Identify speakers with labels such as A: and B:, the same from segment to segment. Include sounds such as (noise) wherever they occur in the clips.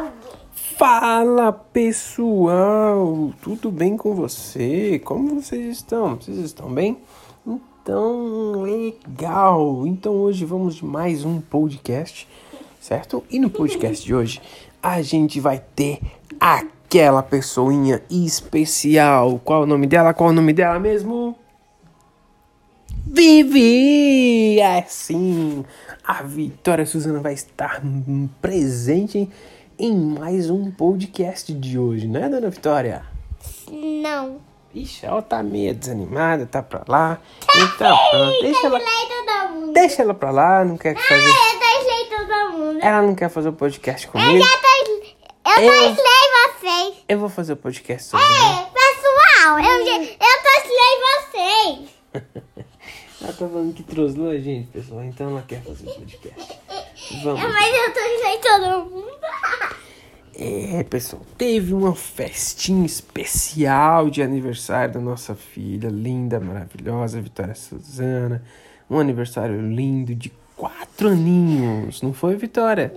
A: Alguém.
B: Fala pessoal, tudo bem com você? Como vocês estão? Vocês estão bem? Então, legal! Então hoje vamos de mais um podcast, certo? E no podcast de hoje a gente vai ter aquela pessoinha especial. Qual o nome dela? Qual o nome dela mesmo? Vivi! É sim! A Vitória Suzana vai estar presente em mais um podcast de hoje, né, dona Vitória?
A: Não.
B: Ixi, ela tá meio desanimada, tá pra lá. Então, pronto, deixa ela,
A: Deslei todo É mundo. É,
B: deixa ela pra lá, não quer fazer.
A: Eu deslei todo mundo.
B: Ela não quer fazer o podcast
A: Eu
B: comigo.
A: já deslei. Eu
B: Eu-
A: deslei vocês.
B: Eu vou fazer o podcast sozinho.
A: Ei, pessoal, eu, já- eu deslei vocês.
B: Ela tá falando que troslou, gente, pessoal. Então ela quer fazer o podcast. Vamos.
A: É, Mas eu deslei todo mundo.
B: É, pessoal, teve uma festinha especial de aniversário da nossa filha, linda, maravilhosa, Vitória Suzana. Um aniversário lindo de quatro aninhos, não foi, Vitória?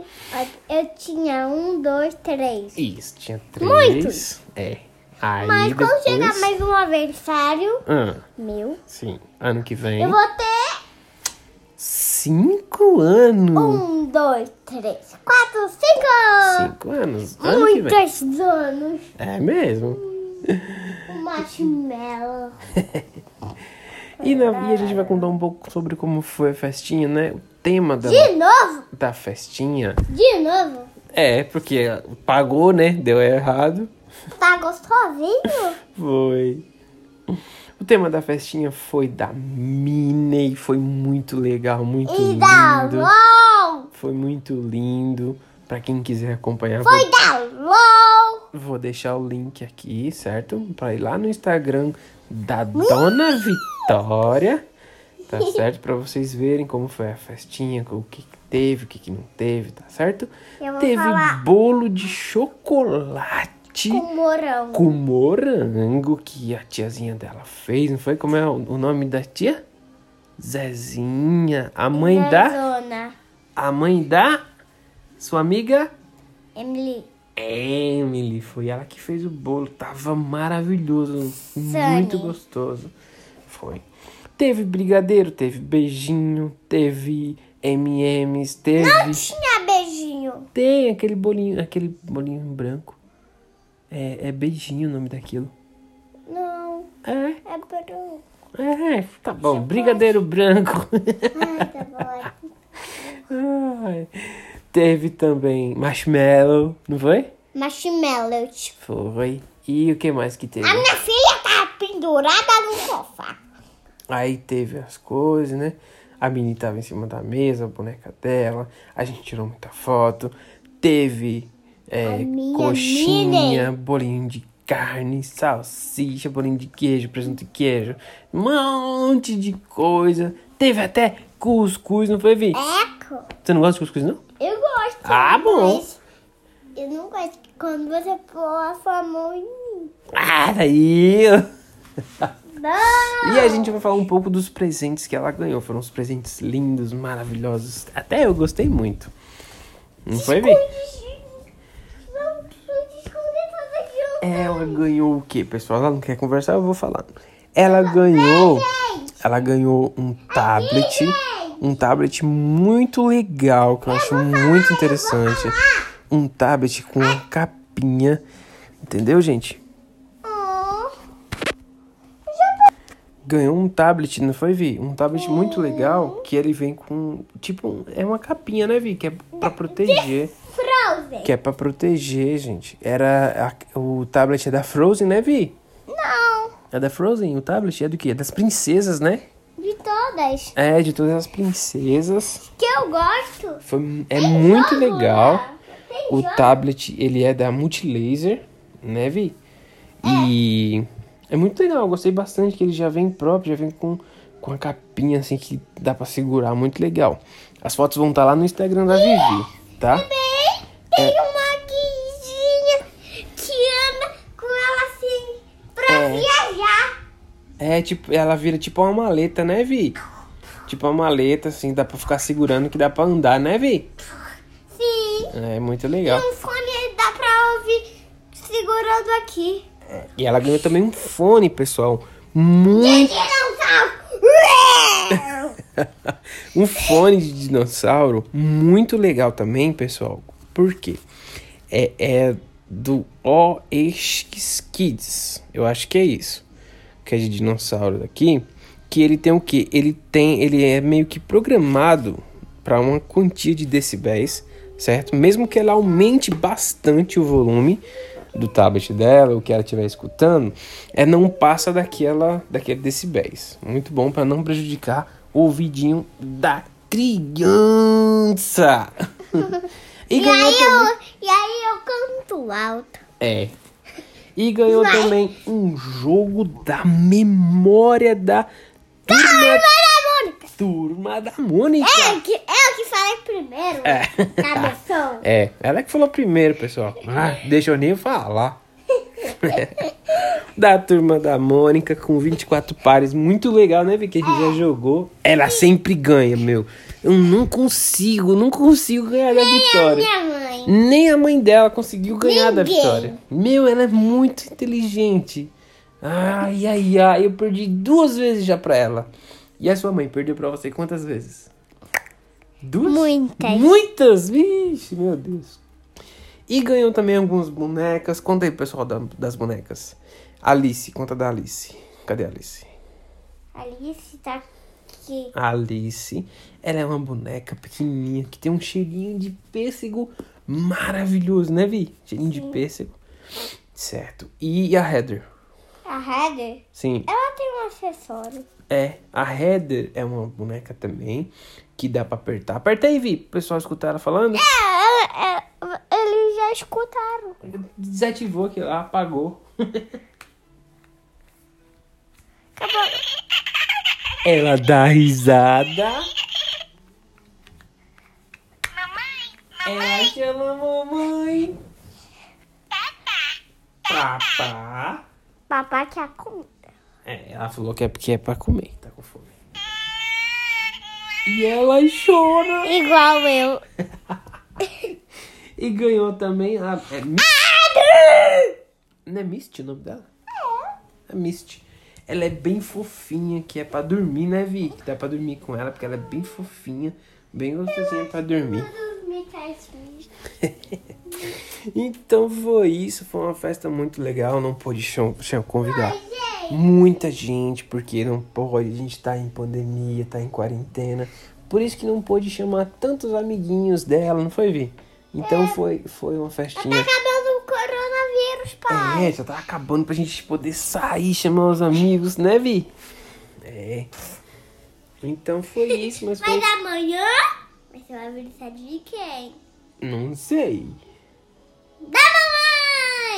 A: Eu tinha um, dois, três.
B: Isso, tinha três. É. Aí
A: Mas
B: depois...
A: quando chegar mais um aniversário
B: Ah,
A: meu,
B: sim, ano que vem.
A: eu vou ter
B: Cinco anos.
A: um, dois, três, quatro, cinco.
B: Cinco anos. Ano que vem.
A: Muitos anos.
B: É mesmo.
A: Um marshmallow.
B: E, na... e a gente vai contar um pouco sobre como foi a festinha, né? O tema da,
A: De novo?
B: da festinha.
A: De novo?
B: É, porque pagou, né? Deu errado.
A: Tá gostosinho?
B: Foi. O tema da festinha foi da Minnie. Foi muito legal, muito
A: E
B: lindo.
A: dá LOL!
B: Foi muito lindo. Pra quem quiser acompanhar,
A: Foi da LOL!
B: vou, vou deixar o link aqui, certo? Pra ir lá no Instagram da Dona Vitória.
A: (laughs)
B: Tá certo? Pra vocês verem como foi a festinha, o que, que teve, o que, que não teve, tá certo?
A: Eu vou
B: Teve
A: falar.
B: bolo de chocolate.
A: Com morão.
B: com morango que a tiazinha dela fez, não foi? Como é o o nome da tia? Zezinha. A mãe da.
A: Zona.
B: A mãe da. Sua amiga?
A: Emily.
B: Emily. Foi ela que fez o bolo. Tava maravilhoso. Muito gostoso. Foi. Teve brigadeiro, teve beijinho, teve MMs, teve.
A: Tinha beijinho.
B: Tem aquele bolinho, aquele bolinho branco. É, é beijinho o nome daquilo.
A: Não,
B: É,
A: é peru.
B: É, tá bom. Brigadeiro branco.
A: Ai, tá bom.
B: Ai. Teve também marshmallow, não foi?
A: Marshmallow. tipo.
B: Foi. E o que mais que teve?
A: A minha filha tá pendurada no sofá.
B: Aí teve as coisas, né? A menina tava em cima da mesa, a boneca dela. A gente tirou muita foto. Teve é,
A: minha
B: coxinha, bolinho de carne, salsicha, bolinho de queijo, presunto e queijo. Um monte de coisa. Teve até cuscuz, não foi, Vi?
A: É. Eco.
B: Você não gosta de cuscuz, não?
A: Eu gosto.
B: Ah, bom.
A: mas Eu não gosto quando você pôr a sua mão em mim.
B: Ah, daí!
A: Não.
B: E a gente vai falar um pouco dos presentes que ela ganhou. Foram uns presentes lindos, maravilhosos. Até eu gostei muito. Não foi, Vi?
A: Não, não descobri tudo junto.
B: Ela ganhou o quê, pessoal? Ela não quer conversar, eu vou falar. Ela ganhou. Ela ganhou um tablet. Um tablet muito legal, que eu acho muito interessante. Um tablet com uma capinha. Entendeu, gente?
A: Oh.
B: ganhou um tablet, não foi, Vi? Um tablet muito legal que ele vem com. Tipo, é uma capinha, né, Vi? Que é pra proteger.
A: Frozen.
B: Que é pra proteger, gente. Era. a- o tablet é da Frozen, né, Vi?
A: Não.
B: É da Frozen? O tablet é do quê? É das princesas, né?
A: De todas.
B: É, de todas as princesas.
A: Que eu gosto.
B: Foi, é muito
A: jogo
B: legal.
A: lá. Tem
B: O
A: jogo.
B: tablet, ele é da Multilaser, né, Vi? E é muito legal, eu gostei bastante que ele já vem próprio, já vem com, com a capinha assim que dá pra segurar, muito legal. As fotos vão estar lá no Instagram da Vivi, tá?
A: Bem, tem
B: É.
A: uma guizinha que anda com ela assim pra
B: É.
A: viajar.
B: É, tipo, ela vira tipo uma maleta, né, Vi? Tipo uma maleta, assim, dá pra ficar segurando que dá pra andar, né, Vi?
A: Sim.
B: É muito legal.
A: Um fone segurando aqui.
B: E ela ganhou também um fone, pessoal. Muito. (laughs)
A: Dinossauro!
B: um fone de dinossauro muito legal também, pessoal. Por quê? É, é do OX Kids. Eu acho que é isso. Que é de dinossauro daqui. Que ele tem o quê? Ele tem. Ele é meio que programado para uma quantia de decibéis, certo? Mesmo que ela aumente bastante o volume do tablet dela, o que ela estiver escutando, é não passa daquela, daquele decibéis. Muito bom para não prejudicar o ouvidinho da criança. e
A: E
B: ganhou
A: aí,
B: também,
A: eu, e aí eu canto alto.
B: é. E ganhou
A: Vai.
B: também um jogo da memória da turma,
A: Olha,
B: turma da Mônica.
A: Mônica! Eu É que, eu que falei primeiro.
B: É. (laughs)
A: Cabeção.
B: É, ela que falou primeiro, pessoal. Ah, deixa eu nem falar. (laughs) da turma da Mônica com 24 pares. Muito legal, né, Vicky? A gente já jogou. Ela sempre ganha, meu. Eu não consigo, não consigo ganhar da vitória.
A: Minha mãe.
B: Nem a mãe dela conseguiu ganhar da
A: Ninguém.
B: vitória. Meu, ela é muito inteligente. Ai, ai, ai. Eu perdi duas vezes já pra ela. E a sua mãe perdeu pra você quantas vezes? Duas?
A: Muitas.
B: Muitas? Vixe, meu Deus. E ganhou também algumas bonecas. Conta aí, pessoal, da- das bonecas. Alice, conta da Alice. Cadê a Alice?
A: Alice tá aqui.
B: A Alice, ela é uma boneca pequenininha que tem um cheirinho de pêssego maravilhoso, né, Vi? Cheirinho de pêssego. Certo. E a Heather?
A: A Heather,
B: Sim.
A: ela tem um acessório.
B: É, a Heather é uma boneca também que dá pra apertar. Aperta aí, Vi, pro pessoal escutar ela falando.
A: É, é, é, eles já escutaram.
B: Desativou aqui lá, apagou. (laughs)
A: Acabou.
B: Ela dá risada. Ela chama a mamãe. Papá. Papá.
A: Papai quer a comida.
B: É, ela falou que é porque é pra comer, tá com fome. E ela chora.
A: Igual eu.
B: (laughs) E ganhou também a. É Mi- Não é Misty o nome dela? É. Misty. Ela é bem fofinha, que é pra dormir, né, Vi? Que dá pra dormir com ela, porque ela é bem fofinha, bem gostosinha pra dormir. Então foi isso, foi uma festa muito legal, não pude cham- cham- convidar muita gente, porque não pode, a gente tá em pandemia, tá em quarentena. Por isso que não pôde chamar tantos amiguinhos dela, não foi, Vi? Então foi, foi uma festinha.
A: Acabando o coronavírus, pai.
B: É, já tá acabando pra gente poder sair, chamar os amigos, né, Vi? É. Então foi isso, mas foi.
A: Mas amanhã você vai brincar de quem?
B: Não sei.
A: Da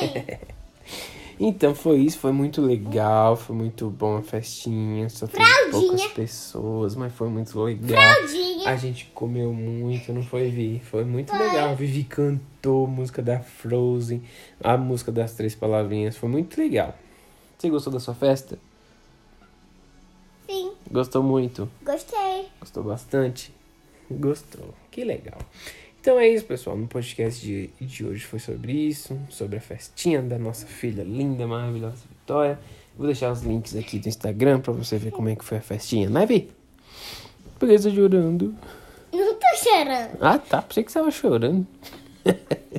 A: (laughs) mamãe!
B: Então foi isso, foi muito legal, foi muito bom a festinha, só teve
A: Fraldinha.
B: poucas pessoas, mas foi muito legal.
A: Fraldinha.
B: A gente comeu muito, não foi, Vi? Foi muito legal. A Vivi cantou música da Frozen, a música das três palavrinhas, foi muito legal. Você gostou da sua festa?
A: Sim,
B: Gostou muito?
A: gostei.
B: Gostou bastante? Gostou. Que legal. Então é isso, pessoal. No podcast de, de hoje foi sobre isso, sobre a festinha da nossa filha linda, maravilhosa Vitória. Vou deixar os links aqui do Instagram pra você ver como é que foi a festinha, né, Vi? Por que você tá chorando?
A: Não tô cheirando.
B: Ah, tá. Pensei que você tava chorando. (laughs)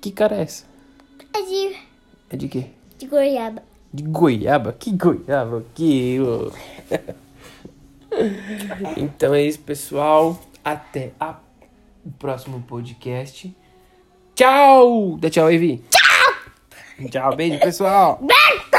B: que cara é essa?
A: É de,
B: É de quê?
A: de goiaba.
B: De goiaba? Que goiaba? Que. ô. então é isso, pessoal. Até a- o próximo podcast. Tchau! Dá tchau, Evi. Tchau! Tchau, beijo, pessoal.
A: Beijo!